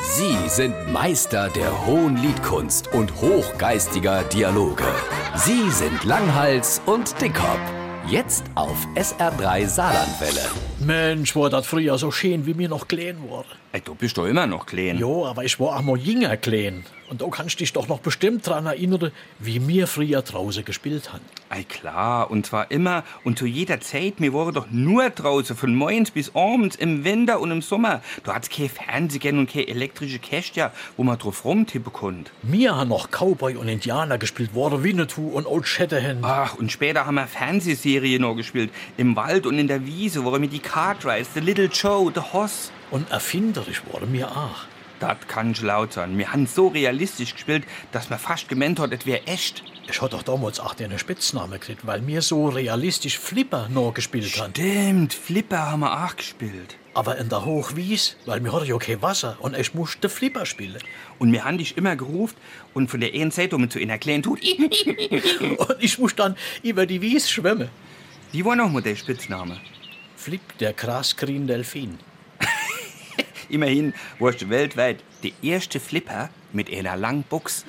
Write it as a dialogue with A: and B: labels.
A: Sie sind Meister der hohen Liedkunst und hochgeistiger Dialoge. Sie sind Langhals und Dickhop. Jetzt auf SR3 Saarlandwelle.
B: Mensch, war das früher so schön, wie mir noch klein war.
C: Ey, du bist doch immer noch klein.
B: Ja, aber ich war auch mal jünger klein. Und da kannst du dich doch noch bestimmt dran erinnern, wie wir früher draußen gespielt haben.
C: Ei klar, und zwar immer und zu jeder Zeit. Wir waren doch nur draußen, von morgens bis abends, im Winter und im Sommer. Du hattest kein Fernsehen und keine elektrische Kästchen, wo man drauf rumtippen konnte.
B: Wir haben noch Cowboy und Indianer gespielt, Water Winnetou und Old Shatterhand.
C: Ach, und später haben wir Fernsehserien noch gespielt. Im Wald und in der Wiese, wo wir mit die Cartwrights, The Little Joe, The Hoss.
B: Und erfinderisch waren wir auch.
C: Das kann ich laut sein. Wir haben so realistisch gespielt, dass man fast gemeint hat, es wäre echt.
B: Ich hatte doch damals auch den Spitznamen gekriegt, weil wir so realistisch Flipper noch gespielt haben.
C: Stimmt, Flipper haben wir auch gespielt.
B: Aber in der Hochwies, weil mir hatte ja kein Wasser und ich musste Flipper spielen.
C: Und wir haben dich immer gerufen und von der einen Seite mit zu einer kleinen Tut.
B: Und ich musste dann über die Wies schwimmen.
C: Die war noch mal der Spitzname.
B: Flip, der Grasgreen Delfin.
C: Immerhin warst du weltweit der erste Flipper mit einer langen Box.